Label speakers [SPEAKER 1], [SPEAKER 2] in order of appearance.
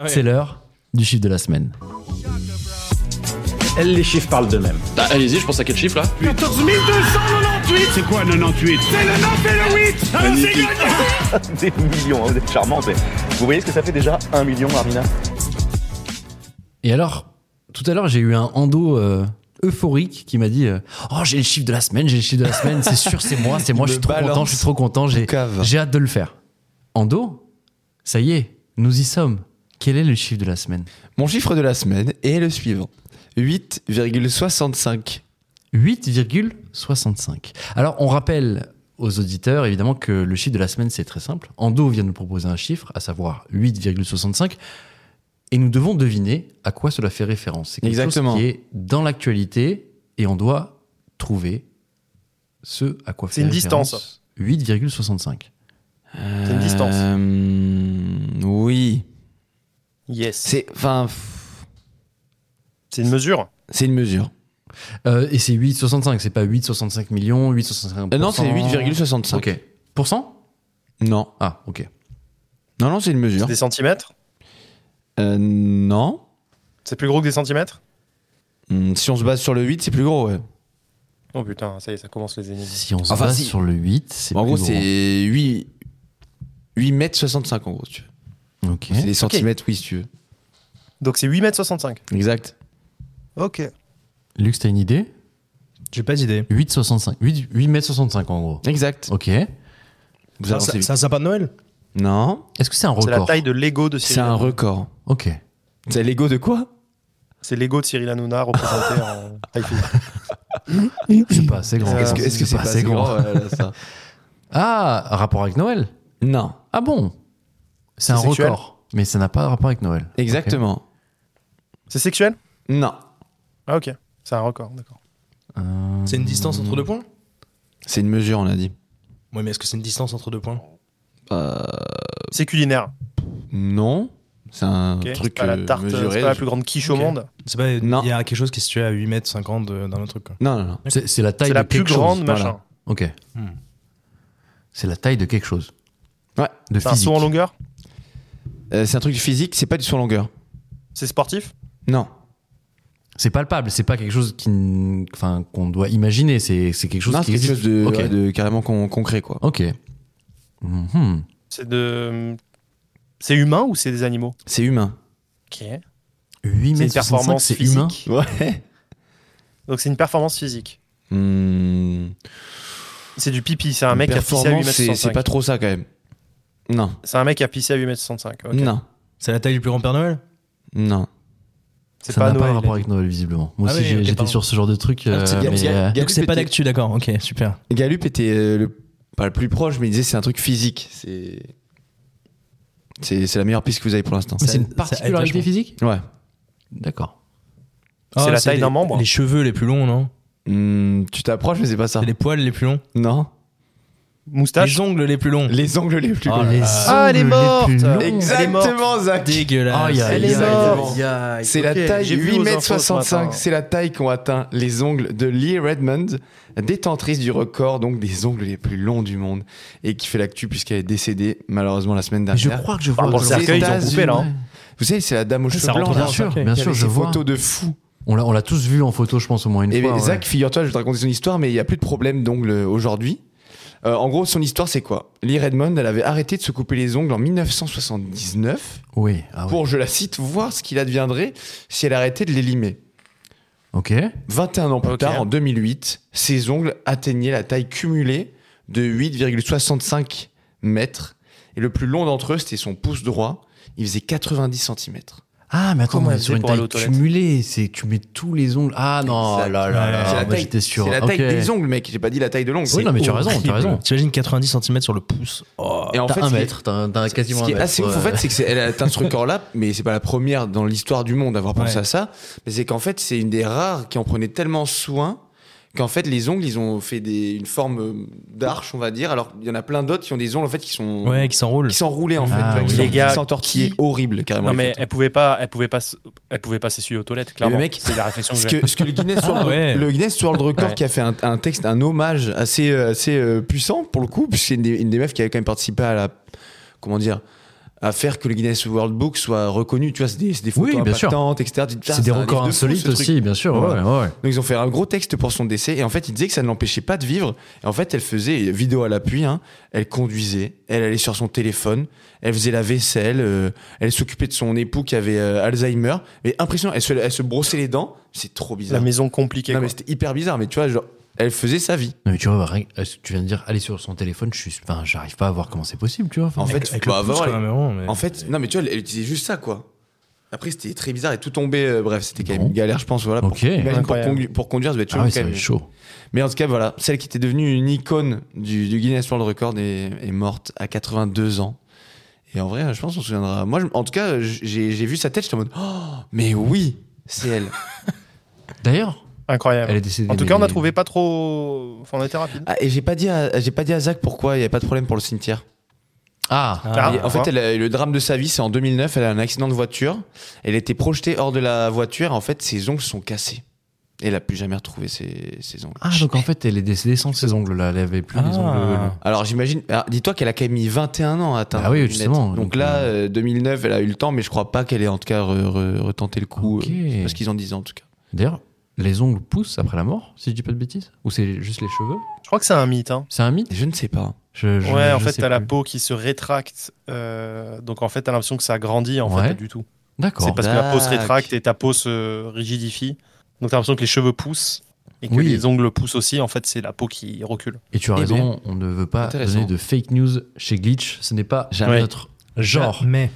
[SPEAKER 1] Ouais.
[SPEAKER 2] C'est l'heure du chiffre de la semaine.
[SPEAKER 3] Elle, les chiffres parlent d'eux-mêmes.
[SPEAKER 4] Bah, allez-y, je pense à quel chiffre là
[SPEAKER 5] 14 298 C'est quoi 98 C'est le 9 et le 8 Alors c'est gagné
[SPEAKER 3] Des millions, hein, vous êtes charmants, mais vous voyez ce que ça fait déjà Un million, Armina
[SPEAKER 2] Et alors, tout à l'heure, j'ai eu un endo euh, euphorique qui m'a dit euh, Oh, j'ai le chiffre de la semaine, j'ai le chiffre de la semaine, c'est sûr, c'est moi, c'est moi, je suis
[SPEAKER 6] me
[SPEAKER 2] trop content,
[SPEAKER 6] balance
[SPEAKER 2] je suis trop content, j'ai
[SPEAKER 6] au cave.
[SPEAKER 2] j'ai hâte de le faire. Endo, ça y est, nous y sommes. Quel est le chiffre de la semaine
[SPEAKER 6] Mon chiffre de la semaine est le suivant 8,65.
[SPEAKER 2] 8,65. Alors, on rappelle aux auditeurs, évidemment, que le chiffre de la semaine, c'est très simple. Ando vient de nous proposer un chiffre, à savoir 8,65. Et nous devons deviner à quoi cela fait référence. C'est quelque
[SPEAKER 6] Exactement.
[SPEAKER 2] chose qui est dans l'actualité et on doit trouver ce à quoi fait
[SPEAKER 3] C'est une
[SPEAKER 2] référence. C'est une distance. 8,65.
[SPEAKER 3] C'est une distance.
[SPEAKER 6] Euh, oui.
[SPEAKER 3] Yes.
[SPEAKER 6] C'est enfin pff,
[SPEAKER 3] C'est une mesure
[SPEAKER 6] c'est une mesure.
[SPEAKER 2] Euh, et c'est 8,65, c'est pas 8,65 millions, 8,65
[SPEAKER 6] Euh, non, c'est 8,65.
[SPEAKER 2] Ok. Pourcent
[SPEAKER 6] Non.
[SPEAKER 2] Ah, ok.
[SPEAKER 6] Non non, c'est une mesure.
[SPEAKER 3] Des centimètres
[SPEAKER 6] Euh, non.
[SPEAKER 3] C'est plus gros que des centimètres
[SPEAKER 6] Hum, Si on se base sur le 8, c'est plus gros, ouais.
[SPEAKER 3] Oh putain, ça y est, ça commence les énigmes.
[SPEAKER 2] Si on se
[SPEAKER 6] Enfin,
[SPEAKER 2] base
[SPEAKER 6] si.
[SPEAKER 2] sur le 8, c'est
[SPEAKER 6] En
[SPEAKER 2] plus
[SPEAKER 6] gros,
[SPEAKER 2] grand.
[SPEAKER 6] c'est 8 8 mètres 65 en gros, si tu veux.
[SPEAKER 2] Ok.
[SPEAKER 6] C'est des centimètres, oui, si tu veux.
[SPEAKER 3] Donc c'est 8 mètres 65.
[SPEAKER 6] Exact.
[SPEAKER 3] Ok.
[SPEAKER 2] Luc, t'as une idée
[SPEAKER 1] J'ai pas d'idée.
[SPEAKER 2] 8,65. 8, 8 mètres 65 en gros.
[SPEAKER 6] Exact.
[SPEAKER 2] Ok.
[SPEAKER 6] Vous
[SPEAKER 1] Ça,
[SPEAKER 6] avancez
[SPEAKER 1] ça,
[SPEAKER 6] vite.
[SPEAKER 1] ça, ça pas de Noël
[SPEAKER 6] Non,
[SPEAKER 2] Est-ce que c'est un
[SPEAKER 3] C'est la
[SPEAKER 2] record
[SPEAKER 3] taille de l'ego de
[SPEAKER 6] c'est
[SPEAKER 3] Cyril.
[SPEAKER 6] un
[SPEAKER 3] Hanouna.
[SPEAKER 6] record.
[SPEAKER 2] Ok.
[SPEAKER 6] C'est l'ego de quoi
[SPEAKER 3] C'est l'ego de Cyril Hanouna représenté en taille fine.
[SPEAKER 2] C'est pas assez grand.
[SPEAKER 3] Euh, Est-ce que-
[SPEAKER 6] Est-ce que c'est pas assez grand ouais, là, ça
[SPEAKER 2] Ah, rapport avec Noël
[SPEAKER 6] Non,
[SPEAKER 2] Ah bon C'est un
[SPEAKER 3] C'est sexuel
[SPEAKER 2] record. Mais ça n'a pas de rapport avec Noël.
[SPEAKER 6] exactement.
[SPEAKER 3] C'est sexuel
[SPEAKER 6] Non,
[SPEAKER 3] Ah ok. C'est un record, d'accord.
[SPEAKER 2] Ok. Euh,
[SPEAKER 1] C'est une distance entre deux points
[SPEAKER 6] c'est une mesure, on a dit.
[SPEAKER 1] Oui, mais est-ce que c'est une distance entre deux points
[SPEAKER 3] C'est culinaire.
[SPEAKER 6] Euh, Non, c'est un
[SPEAKER 3] ok C'est
[SPEAKER 6] truc
[SPEAKER 3] pas la
[SPEAKER 6] euh,
[SPEAKER 3] tarte,
[SPEAKER 6] mesuré.
[SPEAKER 3] c'est pas la plus grande quiche au
[SPEAKER 1] Ok.
[SPEAKER 3] monde.
[SPEAKER 1] C'est pas. Il
[SPEAKER 6] Non.
[SPEAKER 1] y a quelque chose qui est situé à 8 mètres 50 de- d'un autre truc. quoi.
[SPEAKER 6] Non, non, non.
[SPEAKER 2] c'est c'est la taille
[SPEAKER 3] C'est
[SPEAKER 2] de
[SPEAKER 3] la plus
[SPEAKER 2] quelque chose.
[SPEAKER 3] grande
[SPEAKER 2] voilà.
[SPEAKER 3] machin.
[SPEAKER 2] Ok.
[SPEAKER 1] Hmm.
[SPEAKER 2] C'est la taille de quelque chose.
[SPEAKER 6] Ouais.
[SPEAKER 2] De
[SPEAKER 3] C'est un
[SPEAKER 2] physique.
[SPEAKER 3] saut en longueur
[SPEAKER 6] Euh, c'est un truc physique, c'est pas du saut en longueur.
[SPEAKER 3] C'est sportif
[SPEAKER 6] Non,
[SPEAKER 2] C'est palpable. C'est pas quelque chose qui, n- enfin, qu'on doit imaginer. C'est c'est quelque chose
[SPEAKER 6] Non, c'est
[SPEAKER 2] qui
[SPEAKER 6] quelque
[SPEAKER 2] existe.
[SPEAKER 6] chose de,
[SPEAKER 2] Ok.
[SPEAKER 6] ouais, de carrément con- concret, quoi.
[SPEAKER 2] Ok. Mhm.
[SPEAKER 3] C'est de. C'est humain ou c'est des animaux
[SPEAKER 6] C'est humain.
[SPEAKER 3] Ok.
[SPEAKER 2] 8
[SPEAKER 3] C'est une
[SPEAKER 2] mètres 65,
[SPEAKER 3] performance
[SPEAKER 2] c'est
[SPEAKER 3] physique.
[SPEAKER 2] humain.
[SPEAKER 6] Ouais.
[SPEAKER 3] Donc c'est une performance physique. C'est du pipi, c'est un mec qui a pissé à 8
[SPEAKER 6] Hmm. performance,
[SPEAKER 3] mètres
[SPEAKER 6] c'est c'est
[SPEAKER 3] 65.
[SPEAKER 6] pas trop ça quand même. Non,
[SPEAKER 3] C'est un mec qui a pissé à 8 mètres 65. ok.
[SPEAKER 6] non,
[SPEAKER 1] C'est la taille du plus grand Père Noël
[SPEAKER 6] non.
[SPEAKER 3] C'est
[SPEAKER 2] Ça
[SPEAKER 3] pas
[SPEAKER 2] n'a pas
[SPEAKER 3] Noël.
[SPEAKER 2] de rapport avec Noël, visiblement. Moi
[SPEAKER 1] Ah
[SPEAKER 2] aussi,
[SPEAKER 1] oui,
[SPEAKER 2] j'ai-
[SPEAKER 1] ok,
[SPEAKER 2] j'étais
[SPEAKER 1] pardon.
[SPEAKER 2] sur ce genre de truc. euh,
[SPEAKER 6] c'est Gaps,
[SPEAKER 2] mais,
[SPEAKER 6] Gaps,
[SPEAKER 2] euh,
[SPEAKER 6] Gaps.
[SPEAKER 1] Donc c'est pas
[SPEAKER 6] peut-être.
[SPEAKER 1] d'actu, d'accord, ok, super.
[SPEAKER 6] Galup était euh, le, pas le plus proche, mais il disait c'est un truc physique. C'est c'est c'est la meilleure piste que vous avez pour l'instant.
[SPEAKER 2] mais c'est
[SPEAKER 1] Ça-
[SPEAKER 2] une
[SPEAKER 1] ça aide
[SPEAKER 2] particularité
[SPEAKER 1] vachement.
[SPEAKER 2] physique
[SPEAKER 6] Ouais.
[SPEAKER 2] D'accord.
[SPEAKER 3] C'est
[SPEAKER 1] Ah,
[SPEAKER 3] la taille
[SPEAKER 1] les-
[SPEAKER 3] d'un membre.
[SPEAKER 1] Les cheveux les plus longs, non
[SPEAKER 6] Hmm, tu t'approches, mais c'est pas ça.
[SPEAKER 1] C'est les poils les plus longs
[SPEAKER 6] Non.
[SPEAKER 3] Moustache
[SPEAKER 1] Les ongles les plus longs
[SPEAKER 6] Les ongles les
[SPEAKER 2] Oh
[SPEAKER 6] plus.
[SPEAKER 1] Ah,
[SPEAKER 6] longs.
[SPEAKER 1] les
[SPEAKER 3] Ah, elle est morte
[SPEAKER 6] Exactement, Zach.
[SPEAKER 1] Dégueulasse
[SPEAKER 2] Ah, il y a-
[SPEAKER 3] Elle est
[SPEAKER 2] il y a-
[SPEAKER 3] morte.
[SPEAKER 2] il y a-
[SPEAKER 6] C'est
[SPEAKER 3] Ok,
[SPEAKER 6] la taille
[SPEAKER 3] j'ai vu
[SPEAKER 6] 8
[SPEAKER 3] aux
[SPEAKER 6] mètres
[SPEAKER 3] infos ce matin.
[SPEAKER 6] 65. C'est la taille qu'ont atteint les ongles de Lee Redmond, détentrice du record donc des ongles les plus longs du monde et qui fait l'actu puisqu'elle est décédée malheureusement la semaine
[SPEAKER 2] Je
[SPEAKER 6] dernière.
[SPEAKER 2] crois que je
[SPEAKER 3] Par
[SPEAKER 2] vois.
[SPEAKER 3] rapport au
[SPEAKER 2] le-
[SPEAKER 3] cercueil, ils ont coupé là. hein.
[SPEAKER 6] Vous savez, c'est la dame aux cheveux
[SPEAKER 1] ça rentre
[SPEAKER 6] blancs. hein.
[SPEAKER 2] Bien
[SPEAKER 1] dans le
[SPEAKER 6] là,
[SPEAKER 2] sûr,
[SPEAKER 1] cercueil.
[SPEAKER 2] bien
[SPEAKER 6] qui
[SPEAKER 2] sûr,
[SPEAKER 6] avait
[SPEAKER 2] je
[SPEAKER 6] ses
[SPEAKER 2] vois.
[SPEAKER 6] photos de fou.
[SPEAKER 2] On l'a on l'a tous vu en photo, je pense, au moins une
[SPEAKER 6] Et
[SPEAKER 2] fois. ouais.
[SPEAKER 6] Zach, figure-toi, je vais te raconter son histoire, mais il n'y a plus de problème d'ongles aujourd'hui. Euh, en gros, son histoire, c'est quoi Lee Redmond, elle avait arrêté de se couper les ongles en 1979
[SPEAKER 2] Oui, ah ouais.
[SPEAKER 6] pour, je la cite, voir ce qu'il adviendrait si elle arrêtait de les limer.
[SPEAKER 2] Ok.
[SPEAKER 6] 21 ans plus
[SPEAKER 3] Ok.
[SPEAKER 6] tard, en 2008, ses ongles atteignaient la taille cumulée de 8,65 mètres. Et le plus long d'entre eux, c'était son pouce droit. Il faisait 90 cm.
[SPEAKER 2] Ah, mais attends,
[SPEAKER 3] Comment
[SPEAKER 2] on est
[SPEAKER 3] elle
[SPEAKER 2] sur
[SPEAKER 3] faisait
[SPEAKER 2] une
[SPEAKER 3] pour aller
[SPEAKER 2] taille
[SPEAKER 3] aux toilettes
[SPEAKER 2] cumulée. c'est- Tu mets tous les ongles. Ah non,
[SPEAKER 6] Exact.
[SPEAKER 2] là là
[SPEAKER 1] C'est
[SPEAKER 2] là.
[SPEAKER 1] la
[SPEAKER 2] moi,
[SPEAKER 6] taille-
[SPEAKER 2] J'étais sûr.
[SPEAKER 6] C'est la taille
[SPEAKER 2] Ok.
[SPEAKER 6] des ongles, mec. J'ai pas dit la taille de l'ongle.
[SPEAKER 2] Oui, non, mais tu as raison, tu as raison.
[SPEAKER 1] T'imagines 90 cm sur le pouce Oh.
[SPEAKER 6] Et en
[SPEAKER 2] T'as
[SPEAKER 6] fait,
[SPEAKER 2] un
[SPEAKER 6] ce qui est-
[SPEAKER 2] mètre, t'as t'as quasiment
[SPEAKER 6] Ce
[SPEAKER 2] un
[SPEAKER 6] qui est
[SPEAKER 2] mètre.
[SPEAKER 6] assez ouf, en
[SPEAKER 2] ouais.
[SPEAKER 6] fait, c'est qu'elle a atteint ce record-là, mais c'est pas la première dans l'histoire du monde à avoir pensé
[SPEAKER 1] Ouais.
[SPEAKER 6] à ça. Mais c'est qu'en fait, c'est une des rares qui en prenait tellement soin qu'en fait, les ongles, ils ont fait des, une forme euh, d'arche, on va dire. Alors, il y en a plein d'autres qui ont des ongles, en fait, qui sont.
[SPEAKER 1] Ouais, qui s'enroule.
[SPEAKER 6] Qui s'enroulaient en fait,
[SPEAKER 2] Ah,
[SPEAKER 6] Enfin,
[SPEAKER 2] oui.
[SPEAKER 6] qui
[SPEAKER 2] Les
[SPEAKER 6] sont-
[SPEAKER 3] gars,
[SPEAKER 6] qui s'entortillaient.
[SPEAKER 3] qui-
[SPEAKER 6] horrible carrément.
[SPEAKER 3] Non
[SPEAKER 6] les
[SPEAKER 3] mais
[SPEAKER 6] photos.
[SPEAKER 3] elle pouvait pas, elle pouvait pas, se- elle pouvait pas s'essuyer aux toilettes clairement.
[SPEAKER 6] mec-
[SPEAKER 3] c'est la réflexion que
[SPEAKER 6] ce
[SPEAKER 3] j'ai.
[SPEAKER 6] que, ce que le Guinness World,
[SPEAKER 1] Ah ouais.
[SPEAKER 6] le Guinness World Record
[SPEAKER 3] Ouais.
[SPEAKER 6] qui a fait un, un texte, un hommage assez euh, assez euh, puissant pour le coup, puisque c'est une, des- une des meufs qui avait quand même participé à la comment dire à faire que le Guinness World Book soit reconnu. Tu vois, c'est des, c'est des photos
[SPEAKER 2] Oui, bien sûr.
[SPEAKER 6] impactantes, etc. Tu te dis, putain,
[SPEAKER 2] C'est des
[SPEAKER 6] un
[SPEAKER 2] records
[SPEAKER 6] livre de fou, ce
[SPEAKER 2] insolites
[SPEAKER 6] truc.
[SPEAKER 2] aussi, bien sûr.
[SPEAKER 6] Voilà.
[SPEAKER 2] ouais, ouais.
[SPEAKER 6] Donc ils ont fait un gros texte pour son décès et en fait il disait que ça ne l'empêchait pas de vivre. Et en fait elle faisait vidéo à l'appui, hein, elle conduisait, elle allait sur son téléphone, elle faisait la vaisselle, euh, elle s'occupait de son époux qui avait euh, Alzheimer. Mais impressionnant, elle se, elle se brossait les dents, c'est trop
[SPEAKER 4] La
[SPEAKER 6] bizarre.
[SPEAKER 4] maison compliquée.
[SPEAKER 6] non
[SPEAKER 4] quoi.
[SPEAKER 6] mais c'était hyper bizarre, mais tu vois genre elle faisait sa vie.
[SPEAKER 2] Non, mais tu vois, rien- euh, tu viens de dire, aller sur son téléphone, je suis, enfin, j'arrive pas à voir comment c'est possible, tu vois. enfin.
[SPEAKER 6] En fait,
[SPEAKER 1] Avec
[SPEAKER 6] bah,
[SPEAKER 1] le pouce,
[SPEAKER 6] voilà.
[SPEAKER 1] quand même, vraiment, mais-
[SPEAKER 6] En fait, non mais tu vois elle, elle utilisait juste ça quoi. Après c'était très bizarre et tout tombait. euh, bref c'était quand même
[SPEAKER 2] Bon.
[SPEAKER 6] une galère je pense voilà. Pour,
[SPEAKER 2] Ok.
[SPEAKER 6] imagine, pour,
[SPEAKER 4] Incroyable.
[SPEAKER 6] condu- pour conduire ça doit être
[SPEAKER 2] ah
[SPEAKER 6] chaud,
[SPEAKER 2] ouais,
[SPEAKER 6] quand
[SPEAKER 2] ça va
[SPEAKER 6] même.
[SPEAKER 2] être chaud.
[SPEAKER 6] Mais en tout cas, voilà, celle qui était devenue une icône du, du Guinness World Record est, est morte à 82 ans. Et en vrai, je pense qu'on se souviendra. Moi, je- en tout cas, j'ai j'ai vu sa tête, j'étais en mode Oh, mais oui, c'est elle.
[SPEAKER 2] D'ailleurs,
[SPEAKER 4] Incroyable.
[SPEAKER 2] elle est décédée.
[SPEAKER 4] En tout cas, on
[SPEAKER 2] mais-
[SPEAKER 4] a trouvé pas trop. Enfin, on était rapide.
[SPEAKER 6] Ah, et j'ai pas, dit à- j'ai pas dit à Zach pourquoi il n'y avait pas de problème pour le cimetière.
[SPEAKER 2] Ah,
[SPEAKER 1] Ah,
[SPEAKER 6] Et en fait,
[SPEAKER 4] pourquoi
[SPEAKER 6] elle a- le drame de sa vie, c'est en 2009, elle a un accident de voiture. Elle était projetée hors de la voiture. En fait, ses ongles sont cassés. Et elle a plus jamais retrouvé ses, ses ongles.
[SPEAKER 2] ah, donc en fait, elle est décédée sans ses ongles là. Elle avait plus les
[SPEAKER 1] Ah.
[SPEAKER 2] ongles. euh,
[SPEAKER 6] Alors j'imagine, ah, dis-toi qu'elle a quand même mis 21 ans à atteindre.
[SPEAKER 2] Ah oui,
[SPEAKER 6] les
[SPEAKER 2] justement.
[SPEAKER 6] lunettes. Donc
[SPEAKER 2] Donc,
[SPEAKER 6] là,
[SPEAKER 2] euh,
[SPEAKER 6] euh, 2009, elle a eu le temps, mais je crois pas qu'elle ait en tout cas re- re- retenté le coup.
[SPEAKER 2] Ok.
[SPEAKER 6] euh, je sais pas ce qu'ils en disent en tout cas.
[SPEAKER 2] D'ailleurs, les ongles poussent après la mort, si je dis pas de bêtises Ou c'est juste les cheveux
[SPEAKER 4] Je crois que c'est un mythe. hein.
[SPEAKER 2] C'est un mythe
[SPEAKER 6] Je ne sais pas.
[SPEAKER 2] Je- je-
[SPEAKER 4] ouais, en
[SPEAKER 2] je
[SPEAKER 4] fait,
[SPEAKER 2] sais
[SPEAKER 4] t'as la
[SPEAKER 2] plus.
[SPEAKER 4] peau qui se rétracte. euh, donc, en fait, t'as l'impression que ça grandit, en
[SPEAKER 2] Ouais.
[SPEAKER 4] fait, du tout. C'est
[SPEAKER 2] D'accord.
[SPEAKER 4] parce que la peau se
[SPEAKER 6] Dac.
[SPEAKER 4] rétracte et ta peau se rigidifie. Donc, t'as l'impression que les cheveux poussent et que
[SPEAKER 2] Oui.
[SPEAKER 4] les ongles poussent aussi. En fait, c'est la peau qui recule.
[SPEAKER 2] Et tu as
[SPEAKER 6] Eh
[SPEAKER 2] raison, on ne veut pas
[SPEAKER 6] Intéressant.
[SPEAKER 2] donner de fake news chez Glitch. Ce n'est pas
[SPEAKER 6] Jamais.
[SPEAKER 2] notre genre.
[SPEAKER 1] Mais